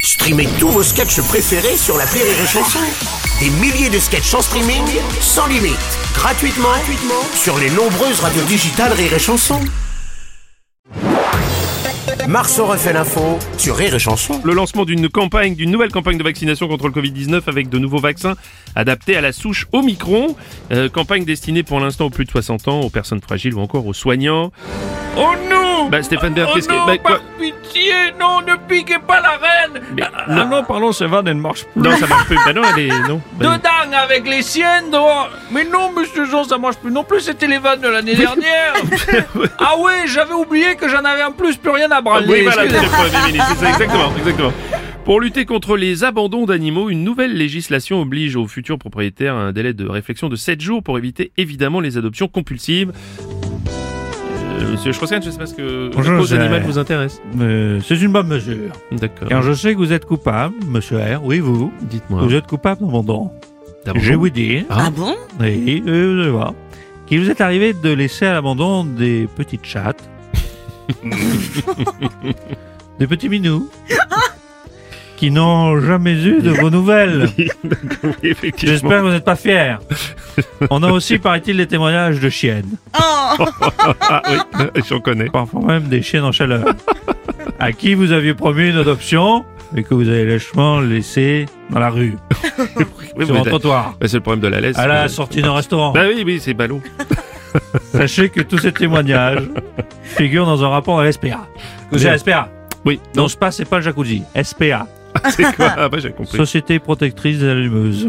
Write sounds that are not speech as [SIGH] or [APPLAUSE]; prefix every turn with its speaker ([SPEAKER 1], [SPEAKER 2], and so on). [SPEAKER 1] Streamez tous vos sketchs préférés sur la Rire et Chanson. Des milliers de sketchs en streaming, sans limite, gratuitement, gratuitement sur les nombreuses radios digitales Rire et Chanson. Marceau refait l'info sur Rire et Chanson.
[SPEAKER 2] Le lancement d'une campagne, d'une nouvelle campagne de vaccination contre le Covid-19 avec de nouveaux vaccins adaptés à la souche Omicron. Euh, campagne destinée pour l'instant aux plus de 60 ans, aux personnes fragiles ou encore aux soignants.
[SPEAKER 3] Oh non
[SPEAKER 2] Bah, Stéphane Bern,
[SPEAKER 3] Oh
[SPEAKER 2] qu'est-ce que-
[SPEAKER 3] non,
[SPEAKER 2] bah, quoi-
[SPEAKER 3] par pitié, non, ne piquez pas la reine
[SPEAKER 2] Mais-
[SPEAKER 3] Ah, ah, non, pardon, cette vanne, elle marche plus.
[SPEAKER 2] Non, ça marche plus. Bah non, elle est... Non. Bah,
[SPEAKER 3] Dedans, avec les siennes, dehors Mais non, monsieur Jean, ça marche plus non plus, c'était les vannes de
[SPEAKER 2] [LAUGHS]
[SPEAKER 3] l'année dernière Ah ouais, j'avais oublié que j'en avais en plus plus rien à branler
[SPEAKER 2] oui, voilà, monsieur
[SPEAKER 3] excusez-moi.
[SPEAKER 2] le Premier ministre, c'est ça, exactement, exactement. Pour lutter contre les abandons d'animaux, une nouvelle législation oblige aux futurs propriétaires à un délai de réflexion de 7 jours pour éviter évidemment les adoptions compulsives. Euh, monsieur Schroeskan, je sais pas ce que
[SPEAKER 4] Bonjour,
[SPEAKER 2] la cause
[SPEAKER 4] je-
[SPEAKER 2] animale vous intéresse.
[SPEAKER 4] Euh, c'est une bonne mesure.
[SPEAKER 2] D'accord.
[SPEAKER 4] Car je sais que vous êtes coupable, monsieur R, oui vous.
[SPEAKER 2] Dites-moi.
[SPEAKER 4] Vous êtes coupable d'abandon.
[SPEAKER 2] D'abandon [LAUGHS]
[SPEAKER 4] Je vais vous dire,
[SPEAKER 2] Ah.
[SPEAKER 5] Ah bon
[SPEAKER 4] oui, euh, vous allez voir, qu'il vous est arrivé de laisser à l'abandon des
[SPEAKER 5] [LAUGHS]
[SPEAKER 4] petites chattes, des petits minous, qui n'ont jamais eu de vos nouvelles.
[SPEAKER 2] [LAUGHS] Effectivement.
[SPEAKER 4] J'espère que vous n'êtes pas fiers. On a aussi, paraît-il, des témoignages de chiennes.
[SPEAKER 5] Oh
[SPEAKER 2] [LAUGHS] Ah oui, j'en connais.
[SPEAKER 4] parfois même des chiennes
[SPEAKER 2] [LAUGHS]
[SPEAKER 4] en chaleur, à qui vous aviez promis une adoption et que vous avez lâchement laissé dans la rue,
[SPEAKER 2] Oui,
[SPEAKER 4] sur
[SPEAKER 2] mais
[SPEAKER 4] un
[SPEAKER 2] t'as-
[SPEAKER 4] trottoir,
[SPEAKER 2] bah, c'est le problème de la laisse.
[SPEAKER 4] à
[SPEAKER 2] Euh,
[SPEAKER 4] la sortie d'un restaurant.
[SPEAKER 2] Bah oui, oui, c'est ballot.
[SPEAKER 4] Sachez que tous
[SPEAKER 2] [LAUGHS]
[SPEAKER 4] ces témoignages figurent dans un rapport à l'SPA. Vous
[SPEAKER 2] Merde.
[SPEAKER 4] savez, SPA.
[SPEAKER 2] Oui, non, [LAUGHS]
[SPEAKER 4] Non, SPA, c'est pas le jacuzzi. SPA.
[SPEAKER 2] c'est quoi Ah bah j'ai compris.
[SPEAKER 4] Société protectrice des allumeuses.